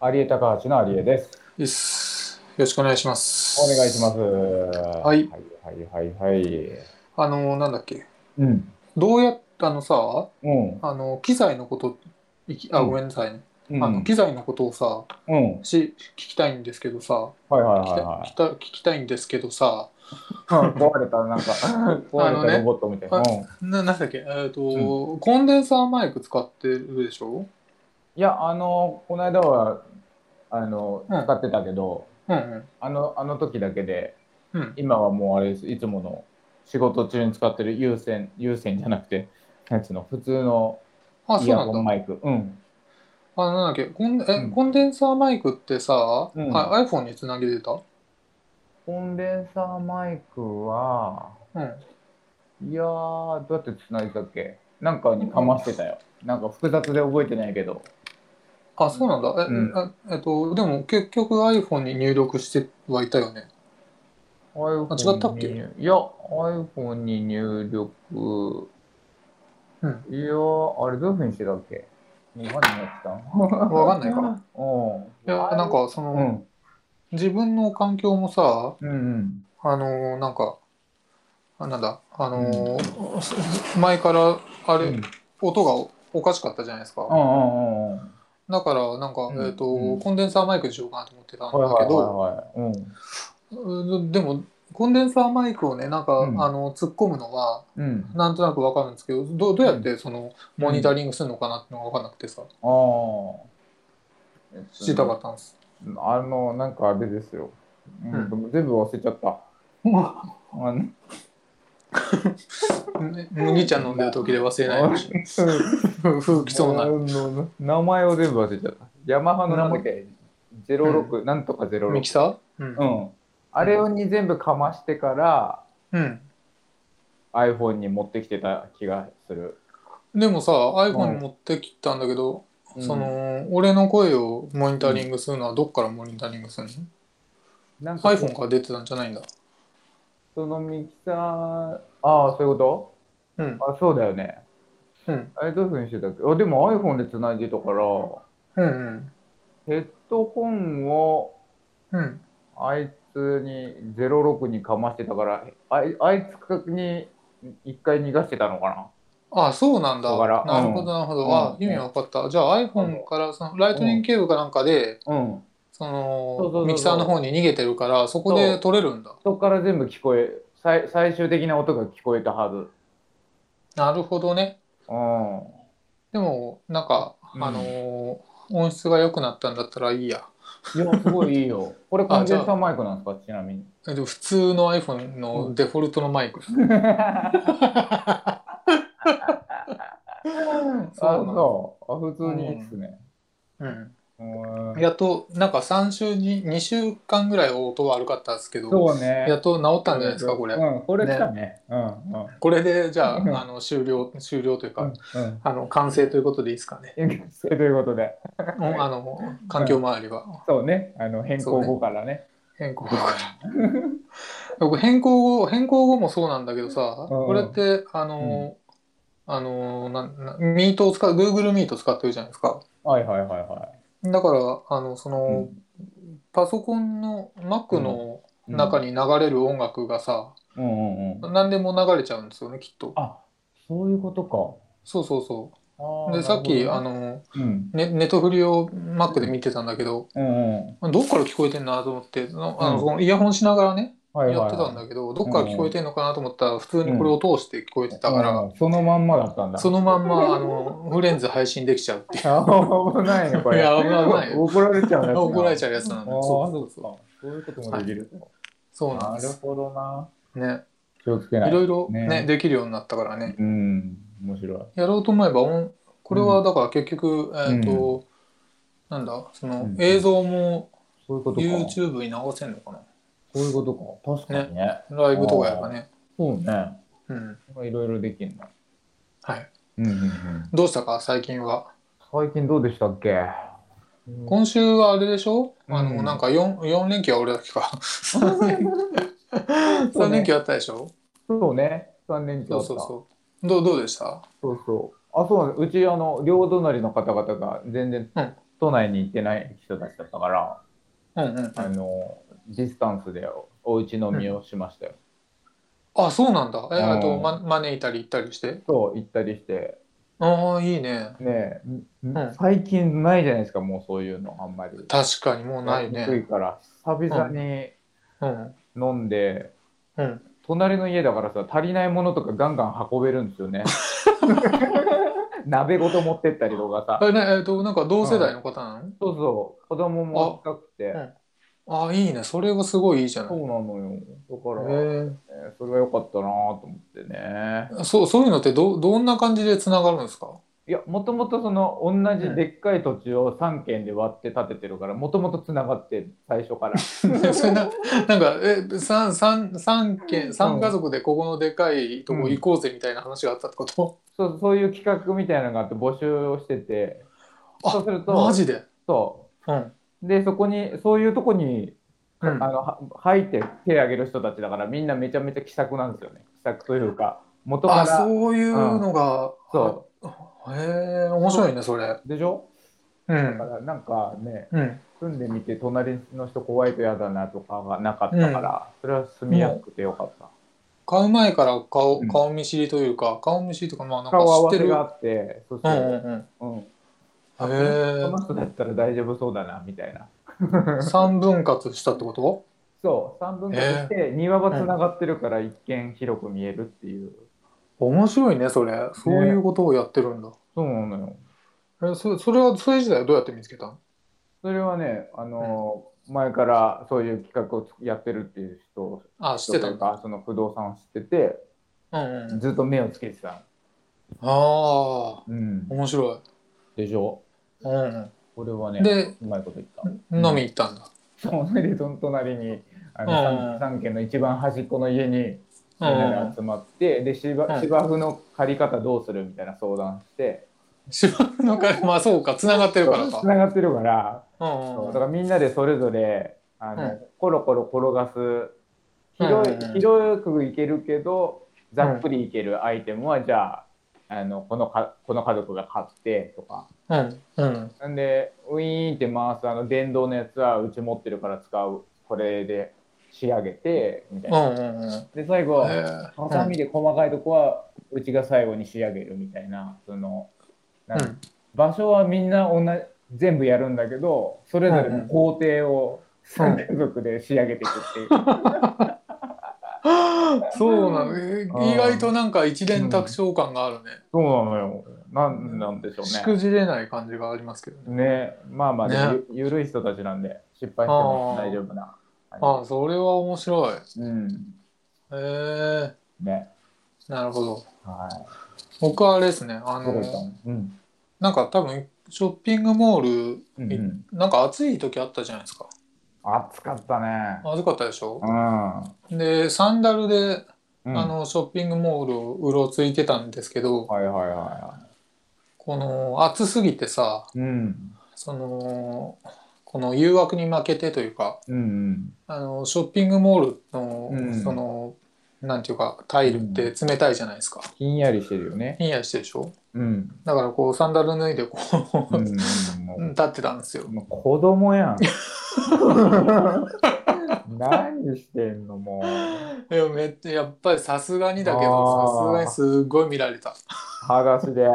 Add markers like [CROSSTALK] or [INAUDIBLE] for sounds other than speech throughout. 有江高橋の有江です。です。よろしくお願いします。お願いします。はいはいはいはいはい。あの、なんだっけ。うん。どうやったのさ、うん。あの、機材のこと、いきあ、うんごめんなさいね。うん。あの、機材のことをさ、うん。はいし、聞きたいんですけどさ、はい聞きたは聞きた聞きたいんですけどさ、いはい。壊れたなん [LAUGHS] かあの壊れねたロボットみたいな。あうんな、なんだっけ、えっ、と、コンデンサーマイク使ってるでしょいやあのこの間はあのうん使ってたけど、うんうん。あのあの時だけで、うん今はもうあれです。いつもの仕事中に使ってる有線有線じゃなくて。なんつうの普通のあ、そイうヤなんホンだ。マイク。うん。あ、なんだっけ、コンデえ、うんコンデンサーマイクってさ、うんあ iPhone につなげてたコンデンサーマイクは、うん。いやー、どうやって繋いでたっけなんかにかましてたよ。なんか複雑で覚えてないけど。あ、そうなんだ。え、うんあえっと、でも結局 iPhone に入力してはいたよね。 iPhone 違ったっけにいや、iPhone に入力。うんいやー、あれどういうふうにしてたっけわかんないやつだ。わかんないか。うん。いや、なんかその、うん。自分の環境もさ、うんうん。あのーなんか、あなんだ、あのーす前からああれ、うんうん音がおおかしかったじゃないですか。うんうん。はいだから、なんか、うんえっ、と、うんコンデンサーマイクにしようかなと思ってたんだけど、はいはいはい。うんでも、コンデンサーマイクをね、なんか、うんあの、突っ込むのは、うん。うん。なんとなくわかるんですけど、どうどうやってその、モニタリングするのかなってのがわかんなくてさ、あー。知りたかったんです。あの、なんかあれですよ。うんうんでも全部忘れちゃ [LAUGHS] った。あのね麦茶飲んでる時で忘れないようにし [LAUGHS] 風吹きそうなな。名前を全部忘れちゃった。ヤマハの名前ゼロ六なんとかゼロミ六キ。サーうんうん。あれをに全部かましてからうん、 iPhone に持ってきてた気がする。でもさう iPhone んに持ってきたんだけど、うんその俺の声をモニタリングするのはどっからモニタリングするなの、んか iPhone から出てたんじゃないんだそのミキサー、ああそういうこうんと？あそうだよね。うんあれどういう風にしてたっけ？あでも iPhone で繋いでたからうんうんヘッドホンをうんあいつに06にかましてたからあいあいつに一回逃がしてたのかあそうなんだだからなるほどなるほど、うんあうん意味わかったじゃあ iPhone からそのライトニングケーブルかなんかでな？うん。そそうそうそうそのうミキサーの方に逃げてるからそこで取れるんだそこから全部聞こえ最最終的な音が聞こえたはず。なるほどねうん。でもなんか、うんあのー音質が良くなったんだったらいいやいや、すごいいい [LAUGHS] よ。これコあンデンサーマイクなんですか、ちなみに。えでも普通の iPhone のデフォルトのマイク、 [LAUGHS] あ、そうなそう。あ、普通にいいっすね。うんうんやっとなんか3週に2週間ぐらい音悪かったんですけど、そうね。やっと治ったんじゃないですかこれ、うん、これ来たね。うん、うん。これでじゃあうんあの終了終了というか、うん。あの完成ということでいいですかねということで、おあの環境周りはそうね、あの変更後からね。変更後から僕変更後変更後もそうなんだけどさ、うんこれってあのーあのーななミートを使う Google ミート使ってるじゃないですか、はいはいはいはだから、あの、そのう、パソコンの Mac のい。中に。に流れる音楽がさ、うんうんうん。何でも流れちゃうんですよね、きっと。あ、そういうことか。そうそうそあーう。で、さっき、あ、なるほどの、ねうん。ネネットフリを Mac で見てたんだけど、うんうん。どっから聞こえてんなと思って、あのあうのんそのイヤホンしながらね、はやってたんだけど、どっから聞こえてんのかなと思ったら、普通にこれを通して聞こえてたかうら、んそのまんまだったんだ。そのまんま、あの、フレンズ配信できちゃうっていう。あ危ないね、これ。いや危ない怒られちゃうやつな。怒られちゃゃうやつなんで、あーそうそうそう。う。そういうこともできる。そうなんなでるす。ほどな。ね。気をつけないい。ろいろねね、できるようになったからね。うん、面白い。やろうと思えば音これはだから結局、えっ、と、なんだその、うん映像もそういうことか。 YouTube に流せるのかそういうことか。確かにね。なライブとかやっぱねそうね。うんいろいろできるな。はいうんうんうん。どうしたか最近は最近どうでしたっけ今週はあれでしょ、あうのんなんか 4, 4連休は俺だけか [LAUGHS] 3連そう休3ね連休あったでしょそうね。3年そ長うそうそうどうどうでしたそうそう。あ、そうなんですうち、あの、両隣の方々が全然うん都内に行ってない人たちだったから、うんうんあの、ディスタンスでおおうち飲みをしましたよ。あそうなんだえうんあと、ま、招いたり行ったりしてそう、行ったりして。ああいいねねえ、ん最近ないじゃないですか、もうそういうの、あんまり。確かにもうない低いねから、久々にうん飲んで、うん隣の家だからさ、足りないものとかガンガン運べるんですよね。鍋ごと持ってったりとかさ。えねえっとなんか同世代の方なの、そうそう、子供も若くて。あああいいねそれはすごいいいじゃなそいうなのよ。だから、へえーそれが良かったなと思ってね。えそうそういうのってどどんな感じでつながるんです [LAUGHS] かいや、もともとその同じでっかい土地を3軒で割って建ててるから、もともとつながってる最初 [LAUGHS] から。でそれななんかえ三三三件三家族でここのでかいとこ行こうぜみたいな話があったってこと、そうそういう企画みたいなのがあって募集をしてて、あそうするマと、ジでそうんう。で、そこに、そういうとこに、うんあのは入って手挙げる人たちだから、みんなめちゃめちゃ気さくなんですよね。気さくというか、元かあら。そうそういうのが、そへえ面白いねそれう。でしょうだかんら、なんかね、うん住んでみて隣の人怖いと嫌だなとかがなかったから、それは住みやすくてよかった、買う前から顔うん顔見知りというか、顔見知りとかまあなんか顔合わ知せってるがあってそううそんうんう、うんうんこへの人だったら大丈夫そうだなみたいなえ三分割したってことそう3分割して庭はつながってるから一見広く見えるっていう、面白いねそれそういうことをやってるんだ、そうなのよえそそれはそれ自体はどうやって見つけたのそれはねあのー、前からそういう企画をつやってるっていう人あ知ってた人といんうだかその不動産を知っててうんうんうんずっと目をつけてたああうん面白いでしょうんこれはねでうまいこと言った飲み行ったんだそう、でその隣にあの、う三ん三軒の一番端っこの家にみんなうで集まって、で芝うん芝生の借り方どうするみたいな相談してん芝生の会まあそうかつながってるからかつながってるから、うんそううだんうかんらみんなでそれぞれあの、うんコロコロ転がす広い、うん広くいけるけどざっくりいけるアイテムはじゃああのこのかこの家族が買ってとか。うんうんなんでウィーンって回すあの電動のやつはうち持ってるから使うこれで仕上げてみたいなう。んうんうんで最後へえハサミで細かいとこはうちが最後に仕上げるみたいなそのなんうん場所はみんな同じ全部やるんだけどそれぞれの工程をうん3家族で仕上げていくっていう、 [LAUGHS] そうなの、えうん意外となんか一連卓章感があるね、そうなのよなんなんでしょしうくじれない感じがありますけどねねねまあまあ、ねゆゆるい人たちなんで失敗しても大丈夫なああそれは面白いへうんえねなるほどはい僕はあれですねあすごいとの思ううんなんか多分ショッピングモール、うんうんなんか暑い時あったじゃないですか暑かったね暑かったでしょうん、でサンダルで、うん、あのショッピングモールをうろついてたんですけど、はいはいはいはこの暑すぎてさいうんそのこの誘惑に負けてというかうんうんあのショッピングモールの、うんそのなんていうかタイルって冷たいじゃないですか、ひんやりしてるよね。ひんやりしてるでしょうん。だからこうサンダル脱いでこう、うん、もう立ってたんですよもう子供やん。何してんのもう。いやめっちゃやっぱりさすがにだけあどーさすがにすごい見られた、裸足で、うん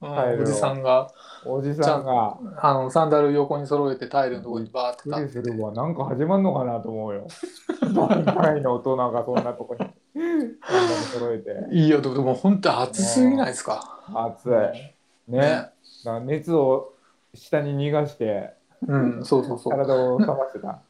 タイルをおじさんがおじさんが、あのサンダル横に揃えてタイルのとこにバーってびっくり立すってて、るわ。なんか始まんのかなと思うよ。何回の大人がそんなとこに。あんなに揃えて。いいよでも本当暑すぎないですか、暑い。ね。だねから熱を下に逃がして、うんそうそうそう体を冷ましてた。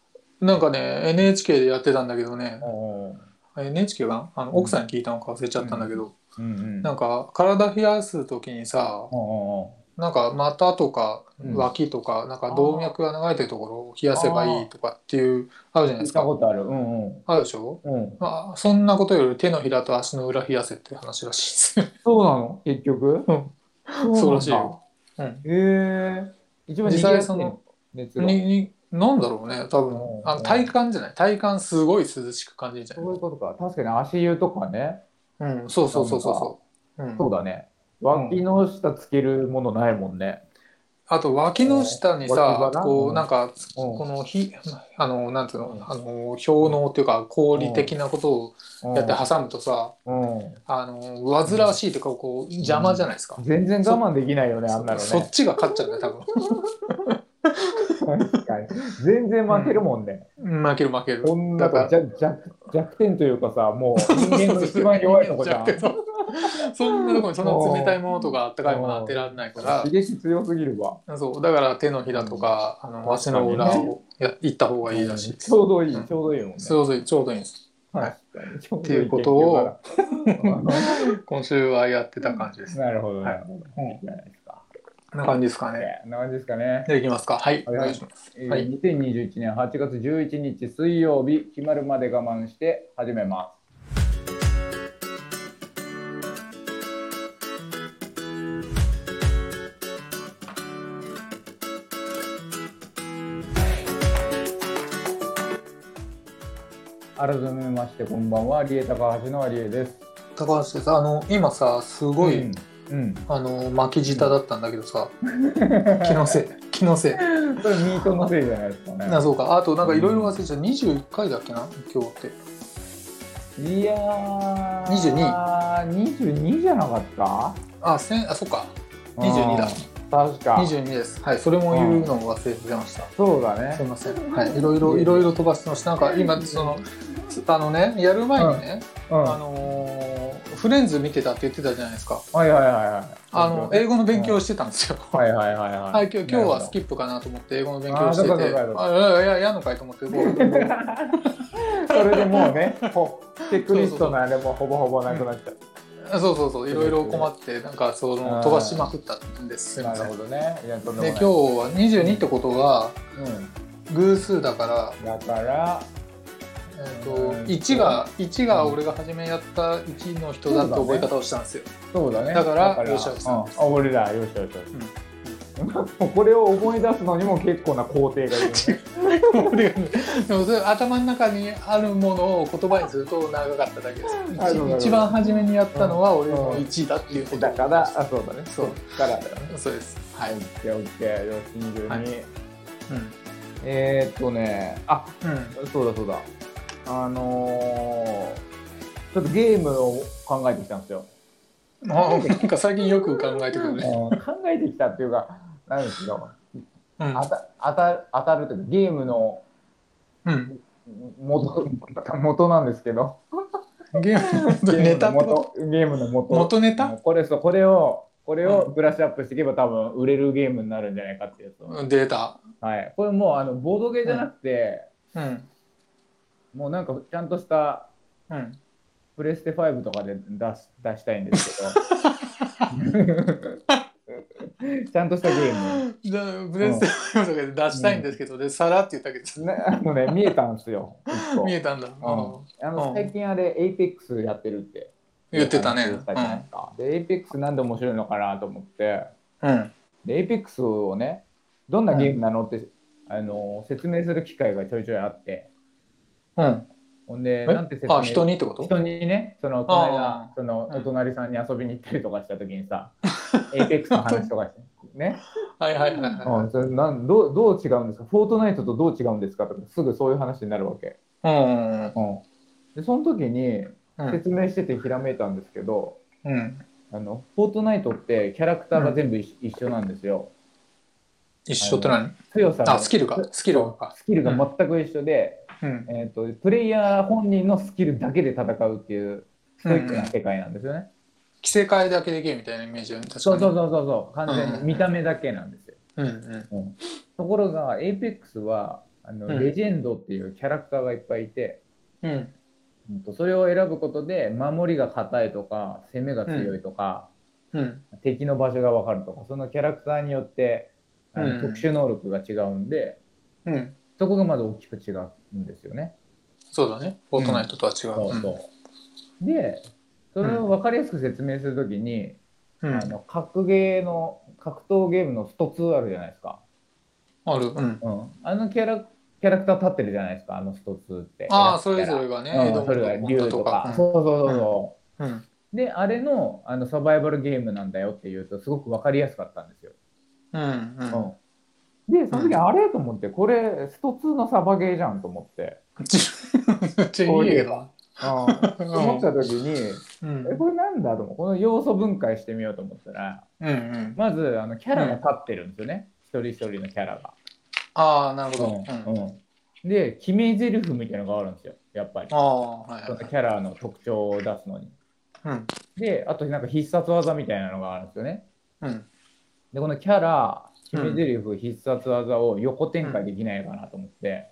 なんかね NHK でやってたんだけどねうん。 NHK かなあの奥さんに聞いたのか忘れちゃったんだけど、うんうん。なんか体冷やす時にさうんうんなんか股とかうん脇とか、なんか動脈が流れてるところを冷やせばいいとかっていうあるじゃな聞いでいすかたことある。うんうん。あるでしょ、うん、まあ、そんなことより手のひらと足の裏冷やせっていう話らしいですそうなの結局、うんそうなんだそうらしいようんへえ一番実際その熱が [LAUGHS] にになんだろうね多うん分あの体感じゃない体感すごい涼しく感じるじゃそういうことか確かに足湯とかね、ない、うん、そうそうそうそうそう、うん、そうだね脇の下つけるものないもんね、あと脇の下にさ脇腹こううんなんかうんこのひあのなんていううのんあの氷のっていうか氷的なことをやって挟むとさうん、あの煩わしいというかこう邪魔じゃないですか、全然我慢できないよね、あんなのそっね。ちが勝っちゃうんだよ多分。確かに全然負けるもんね。うん負ける負ける。こんなだから弱弱弱点というかさ、もう人間の一番弱いとこじゃん。そんなとこにその冷たいものとかあったかいもの当てられないか刺激強すぎるわ。ら、そうだから手のひらとか、あの足の裏をや行った方がいいらしいです。ちょうどいい、うんちょうどいいもんね。ちょうどいいちょうどいいんです。ちょっどていうことを研究 [LAUGHS] だ今週はやってた感じでなす。なるほど、なるほど。うんいいじゃないですか。こんな感じですかね。ね、なんですかね。でいきますか。はい。おはい願いします。えーはい2021年8月11日水曜日、決まるまで我慢して始めまます。改めまして、こんばんは、リエ高橋のアリエです。高橋です。あの今さすごい、うん、うん、あの巻き舌だったんだけどさ、気のせい [LAUGHS] 気のせい。それミートのせいじゃないですかね。あそうか。あとなんかいろいろ忘れちゃう。21回だっけな今日って。いやー、22じゃなかったあせんあそうか。22だ。うん確か。 22です。はい、それも言うのを忘れてました。そうだすいね。ません。はい、いろいろいろいろ飛ばしてました。なんか今そのあのね、やる前にね、うん。あはのーフレンズ見てたって言ってたじゃないですか。いはいはいはい。あの英語の勉強をしてたんですよ。はいはいはいはい。はい、今日今日はスき。キップかなと思って英語の勉強をしてて、ああーそうかそうかいやいややんのかい [LAUGHS] と思って、こう [LAUGHS] それでもうね、ほチェックリストのあれもほぼほぼなくなっちゃう。そうそうそう、いろいろ困ってなんかその飛ばしまくったんです。すいません。でどね。いや、とんでもない今日は22ってことは偶数だから。うん。だから、えー、と1が一が俺が初めやった1の人だって覚え方をしたんですよ。そうだね。だからよよししよよししさんさで。んですすあ、俺だ、よしよしよし。 [LAUGHS] これを思い出すのにも結構な工程がいるよね。 [LAUGHS] 俺がねでもそれ頭の中にあるものを言葉にすると長かっただけですなるほど一。一番初めにやったのは俺の1位だ [LAUGHS] っていうことだから、あ、そうだね。そうだからだよね。そうです。は。はいい、うオんッケー、オッケー、よし、二十はい二。えー、っとね、あ、そうだ、そうだ。あのー、ちょっとゲームを考えてきたんですよ。うん、あなんか最近よく考えてくるね。考えてきたっていうか、なんですけど、うんあた、あた、当たるというか、ゲームのうん、元、元なんですけど。ゲームのネタってことゲームの元ゲームの元。元ネタこれ、そう、これを、これをブラッシュアップしていけば多分売れるゲームになるんじゃないかっていうと。うんデータ。はい。これもう、あの、ボードゲーじゃなくて、うん。もうなんかちゃんとしたうん、プレステ5とかで出す出したいんです [LAUGHS] けどちゃんとしたゲームじゃあブレステとかで出したいんですけど、でさらって言ったけど、ねあのね見えたんですよ一個見えたんだ。うんあうのん最近あれ APEX やってるって言ってたね。言じゃないですかで APEX なんで面白いのかなと思ってうん。で APEX をねどんなゲームなのって、あの説明する機会がちょいちょいあってうん。ほんでえなんて説明あ、人にってこと人にねそのこの間あそのうんお隣さんに遊びに行ったりとかした時にさ APEX の話とかしてねはいはいはいはうん、それなんどうどう違うんですかフォートナイトとどう違うんですかとかすぐそういう話になるわけ、い。ううん。ん、でその時にうん。説明しててひらめいたんですけど、うん。あのフォートナイトってキャラクターが全部一,、一緒なんですよ一緒って何強さがあ、スキルか。スキルか。スキルが全く一緒で、うん。えー、とプレイヤー本人のスキルだけで戦うっていうストイックな世界なんですよね、着せ替えだけできるみたいなイメージよね。確かそに。うそうそうそうそう完全うにん見た目だけなんですよ、うんうん。ところが APEX はあの、うんレジェンドっていうキャラクターがいっぱいいて、うん。うんとそれを選ぶことで守りが硬いとか攻めが強いとか、うん。敵の場所が分かるとかそのキャラクターによってあのうん特殊能力が違うんで、うん。そこがまず大きく違うんですよね。そうだね。フォートナイトとは違う。そううそうでそれを分かりやすく説明するときに、ん。うんあの格ゲーの格闘ゲームのスト2あるじゃないですか、ある。うん。うん、あのキャラキャラクター立ってるじゃないですかあのスト2ってああ、キャそラれぞれがね、う江ん戸それが竜ととかか。そうそうそうそう、うん。であれのあのサバイバルゲームなんだよっていうとすごく分かりやすかったんですよ。うんううんん、で、その時、うあれと思って、これ、スト2のサバゲーじゃんと思って、ちちょいいけど。うん、うん [LAUGHS] 思った時に、うんえ、これなんだと思う。この要素分解してみようと思ったら、うんうん。まず、あの、キャラが立ってるんですよね。一人一人のキャラが。ああ、なるほど。うんうんうん、で、決め台詞みたいなのがあるんですよ、やっぱりあ。あ、はいはいそのはキい。ャラの特徴を出すのに。うんで、あとなんか必殺技みたいなのがあるんですよね。うん。で、このキャラ、決め台詞、必殺技を横展開できないかなと思って、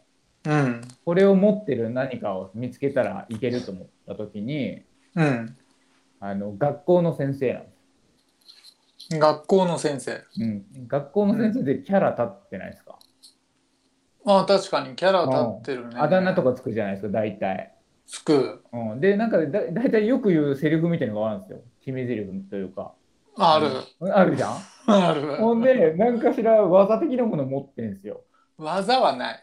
うん。これを持ってる何かを見つけたらいけると思った時に、うん。あの、学校の先生なんです。学校の先生。うん、学校の先生でキャラ立ってないですか、ああ、確かにキャラ立ってるね。あだ名とか。つくじゃないですか大体、つく。うん、でなんかだ大体よく言うセリフみたいのがあるんですよ決め台詞というかある。あるじゃんある。ほんで何かしら技的なもの持ってんすよ技はない。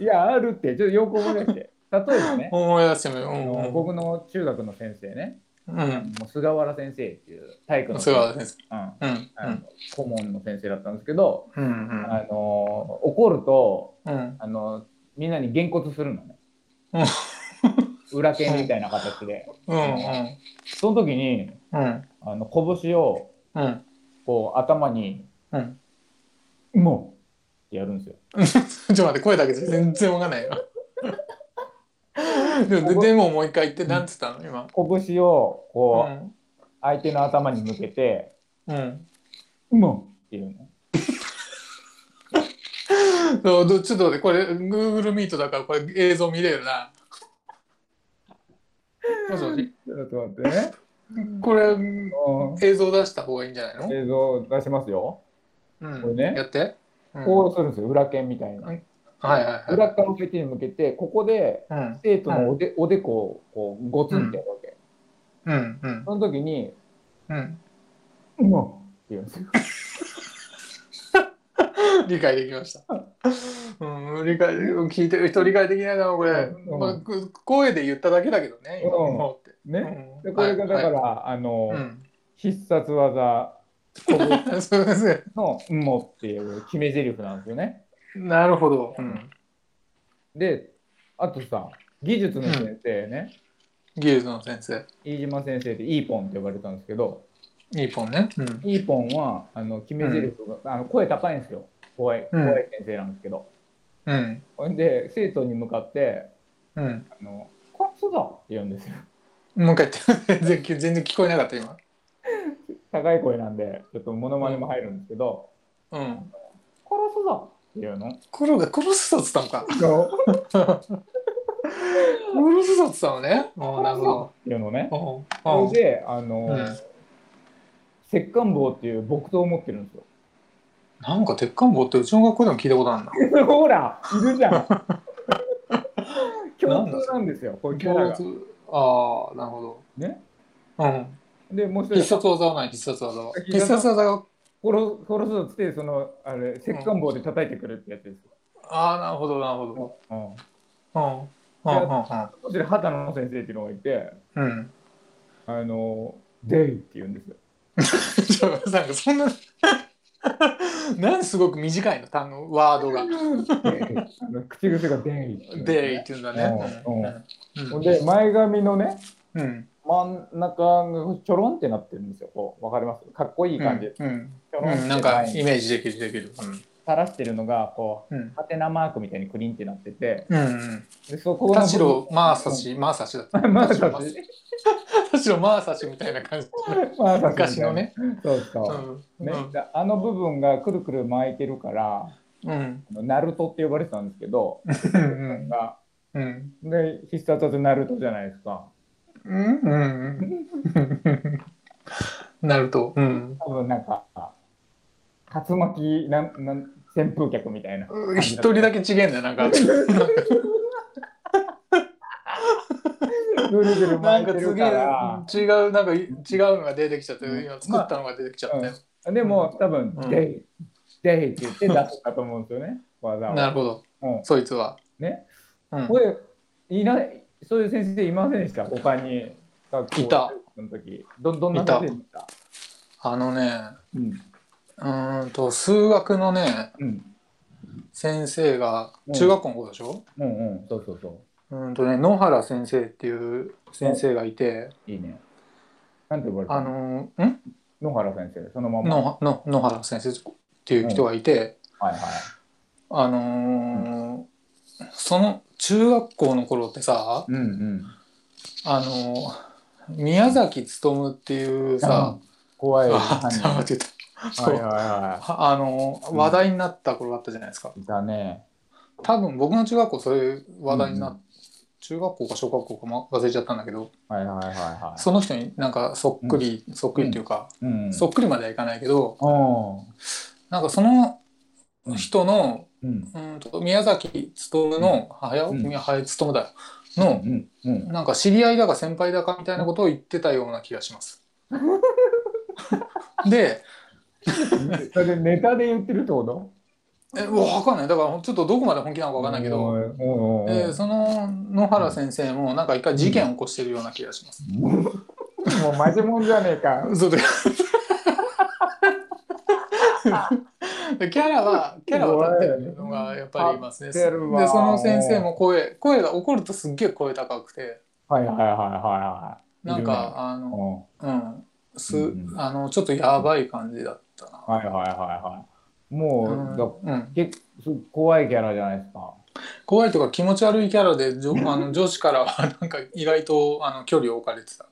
いやあるってちょっとよく思い出して例えばね思い出してみあのよ僕の中学の先生ねう。うん。もう菅原先生っていう体育うん。のそううです。ん、うん。あの顧問の先生だったんですけど、うん。うんあの怒るとうん。うん。あのみんなにげんこつするのねうん裏剣みたいな形でうん。その時にうん。あの拳をうん。こう頭にうん。 「もう!」ってやるんですよ。ちょっと待って、声だけじゃ全然わかんな [LAUGHS] いよ。でででももう一回言って、なんつったの今。拳をう。こうん相手の頭に向けてうん。 「もう!」っていうの。そうどちょっと待って、これ Google Meet だからこれ映像見れ [LAUGHS] るな。もしもし。ちょっと待ってね。これうん映像出した方がいいんじゃないの映像出しますよ。うん。これねやって。うんこうするんですよ、裏剣みたいな。はいはいはい。裏から相手に向けて、ここでうん。生徒のおで,、おでこをこうゴツンってやるわけ。うんうんその時に、うん。もうって言うんですよ。理解できました。うん、理解、聞いてる人理解できないな、これ。うんまあ、く声で言っただけだけどね、今うん思って。ね。うんでこれがだかはいら、はあの、いうん [LAUGHS] 必殺技、拳そうですの「も」っていう決め台詞なんですよね。なるほど。うんであとさ技術の先生ね、技術の先生。飯島先生ってイーポンって呼ばれたんですけどいい本ね。うん。イーポンはあの決め台詞が、あの声高いんですよ怖いうん怖い先生なんですけど、うん。ほんで生徒に向かってう「ん。あのコツだ!」って言うんですよもう一回言って、全然 [LAUGHS] 全然聞こえなかった、今。高い声なんでちょっとモノマネも入るんですけどうん。 「殺すぞ!」っていうの黒が殺すぞっつったのか。 「殺すぞっつったのね。おなるほっていうのねど。うんうそんれであの、うん石棺棒っていう木刀を持ってるんですよなんか鉄管棒ってうちの学校でも聞いたことあるな。ほらいるじゃ [LAUGHS] ん共通なんですよこういうキャラが。ああ、なるほね、ど。うん。でもう一必人殺技はない、必殺技は。必必殺殺技が。殺殺すぞっつってそのあれ石棺棒で叩いてくるってやつですよ。ああ、なるほど、なるほうんど。うん。そして畑野先生っていうのがいてうん。うん。うん。 [LAUGHS] 「あのデイ」って言うんですよ。ちょっとなんかそんな [LAUGHS] なんですごく短いの単語ワード [LAUGHS] がデイあの口癖が「デイ」って言う「んで」でっていうんだね。うんうんすよ。ほんで前髪のねうん真ん中がちょろんってなってるんですよ。こうわかりますかっこいい感じ。うんちょうろんってんなんか前イにメージできるできる。うん垂らしてるのがこうんうハテナマークみたいにクリンってなっててうんでそこうん。の田代マーサシマーサ [LAUGHS] シだった。マーサシ田代マーサシみたいな感じ。マーサシみたいな昔のね。そうそうう。んねうんだあの部分がくるくる巻いてるからうんあのナルトって呼ばれてたんですけど、うんがうんで必殺技ナルトじゃないですかうんうんうん。なると。うん。多分なんか竜巻なんなん扇風客みたいな一人だけ違えんだよなんか。 [LAUGHS] ぐるぐるな巻いんてかるすかげえら違うなんかい違うのが出てきちゃって今作ったのが出てきちゃったよ。でも多分うんデイ、デイって言って出したと思うんですよ [LAUGHS] ね技をなるほど。うんそいつは。ねうんこれいないそういう先生いませんでした他に学校いたの時どどんな先生でしたあのねうん。うーんと数学のねうん。先生がうん中学校の子でしょ、うんうん。そうそうそうーんとね野原先生っていう先生がいて、う。いいね。なんて呼ばれたあのーん野原先生、そのまま。のの野原先生っていう人がいて、はいはい。あのーその中学校の頃ってさうんうん。あのー宮崎勉っていうさ、怖い [LAUGHS] あ犯人。は違うって言ったそういはいははあのーうん話題になった頃あったじゃないですかい。いたね。多分僕の中学校そういう話題になっうん中学校か小学校かも忘れちゃったんだけど、はいはいはいはい。その人になんかそっくり、そっくりっていうか、うん。そっくりまではいかないけどうなんかその人の、ん。うん。うん、と宮崎勉の早うん宮早勉だよのうん。うん。なんか知り合いだか先輩だかみたいなことを言ってたような気が [LAUGHS] します。でそれでネタで言ってるってことえわかんないだからちょっとどこまで本気なのかわかんないけうど、んうんうんえその野原先生もなんか一回事件を起こしてるような気がします。もうマジもんじゃねえか。そうだよ [LAUGHS] でキャラはキャラは立ってるのがやっぱりいますね。立ってでるわその先生も声声が怒るとすっげえ声高くてはいはいはいはいはなんいるねかあのい。うんす、うんうんあのちょっとやばい感じだったな。はいはいはいはい。うんもうんう、結構怖いキャラじゃないですか。怖いとか気持ち悪いキャラでじょあの女子からはなんか意外とあの距離を置かれてた。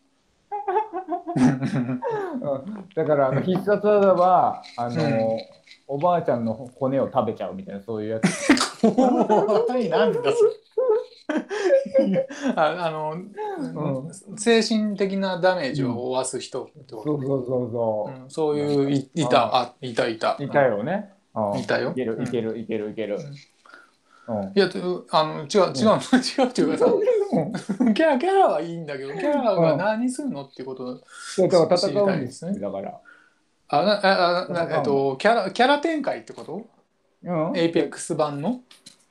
うんだから、あの必殺技は、あの、おばあちゃんの骨を食べちゃうみたいな、そういうやつ。怖いなんだそれ [LAUGHS] ああの、精神的なダメージを負わす人ってこそとうそうそうそうんそういういいたあいたいたう。いたよね。ううんんいたよいけるいけるいけるいける。うんいやとあの違う違う、 [LAUGHS] 違うっていうかさキャラキャラはいいんだけどキャラが何するのっていうことそうだから戦うんですね。だから。あなああなえっとキャラキャラ展開ってことうん。エイペックス版の、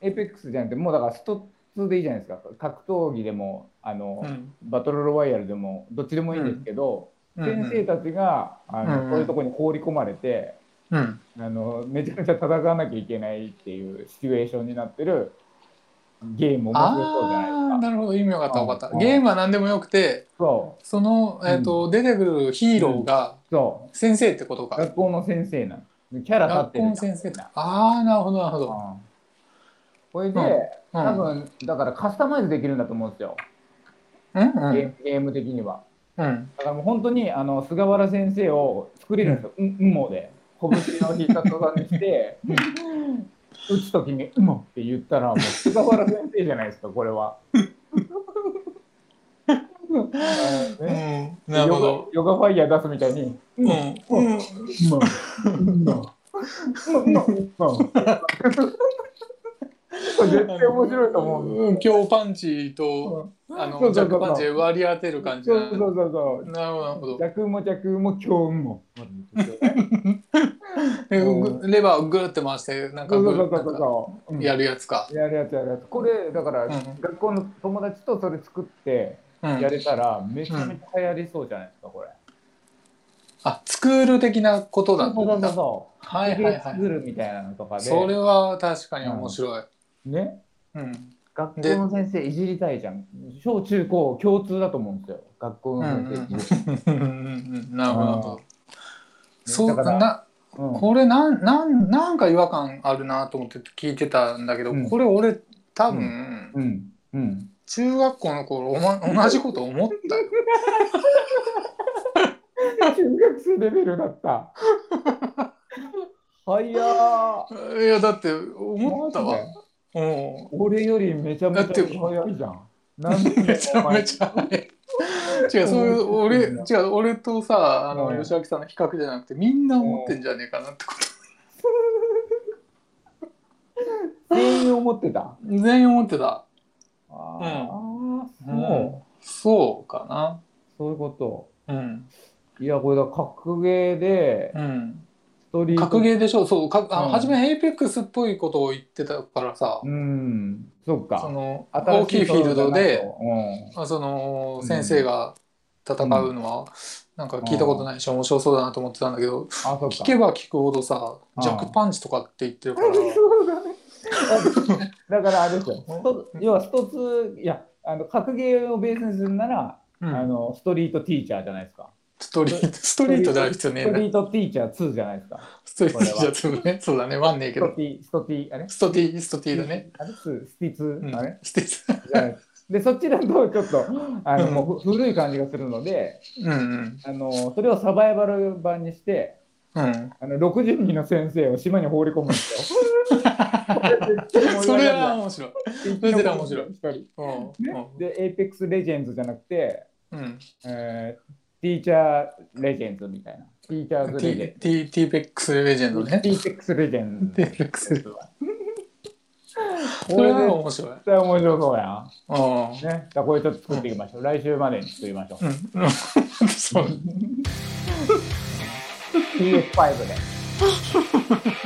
エイペックスじゃなくて、もうだからスト2でいいじゃないですか。格闘技でも、あの、うんバトルロワイヤルでも、どっちでもいいんですけど、うん先生たちが、あのうんうんそういうとこに放り込まれて、うん、あの、めちゃめちゃ戦わなきゃいけないっていうシチュエーションになってるゲーム面白そうじゃないああですか。なるほど意味分かった分かった、うんゲームは何でもよくてそその、えっと出てくるヒーローがう、そ先生ってことう。か、学校の先生なの。キャラ立学って校る。の先生とかああなるほどなるほうど、んこれで、うん多分、だからカスタマイズできるんだと思うんですよ。うんうんゲゲーム的には。うんだからもう本当にあの菅原先生を作れるんですよ、うん、うんもで。拳の引いたとにして、打つときに、うんもって言ったら、もう菅原先生じゃないですか、これは。あのねうんなるほどヨガヨガファイヤー出すみたいに、うんうんうんも、うんも、うんも、うんも。これ絶対面白いと思う。うん強パンチとあそのうジそうそャッうクパンチで割り当てる感じそだうなそるほうそうそう。どなるほど弱も弱も強運も。でぐレバーをグーって回してなんかそうグそうそーうそうなんかそう。うんやるやつかやるやつやるやつ。これだから、ん学校の友達とそれ作ってうんやれたら、めちゃめちゃ流行りそうじゃないですかこれ。あスクール的なことだったそうんそうそうだそう。はいはいは作いるみたいなのとかで。それは確かに面白いね。うん学校の先生いじりたいじゃん。小中高共通だと思うんですよ。学校うんうんのうん先生。うんうん [LAUGHS] なるほどなるほどそうだからなうんこれなんなんなんか違和感あるなと思って聞いてたんだけど、うんこれ俺多分、うん。うん。中学校の頃お、ま、同じこと思ったよ中学生レベルだった。はやー。いやだって思ったわ、う俺よりめちゃめちゃ早いじゃん。なんでん、めちゃめ [LAUGHS] ちゃ違うそういう俺違う俺とさあの、うん吉明さんの比較じゃなくてみんな思ってんじゃねえかなってこと、お前全員思ってた。全員思ってたああ、うそんそうかう、そういうこなうんと。いや、これだ、格ゲーで、うんストリート。格ゲーでしょそうかあの、うん初めエイペックスっぽいことを言ってたからさ、うん、そっそか。の新大しきいフィールドそうだなでと、あそのうん先生が戦うのは、なんか聞いたことないし面白そうだなと思ってたんだけどあ、そう聞けば聞くほどさうんジャックパンチとかって言ってるからそうだね。 [LAUGHS] だからあれですよ。スト要はストツいやあの格ゲーをベースにするなら、うんあのストリートティーチャーじゃないですか。ストリートストリートである必要ねえストリなートティーチャー2じゃないですか。ストリートじゃちょっとねそうだねワンねえスけトどティストティあれ？ストティストティだね。あれ2スティう2んあれ？スティじゃないですでそっちだとちょっとあの、うんもう古い感じがするので、うんうんあのそれをサバイバル版にして。うんあの60人の先生を島に放り込むんですよ。それ [LAUGHS] は面白いそれは面白い一人。うんうんで、エイペックスレジェンズじゃなくて、うんえー、ティーチャーレジェンズみたいな。ティーチャーズレジェ T- T- T-PEX レジェンドンズ。ねティーペックスレジェンズ。 T-PEX こそれれは絶面白い対面白そうやん。うんね。だからこれちょっと作っていきましょう。来週までに作りましょう。うんそう PS5 で。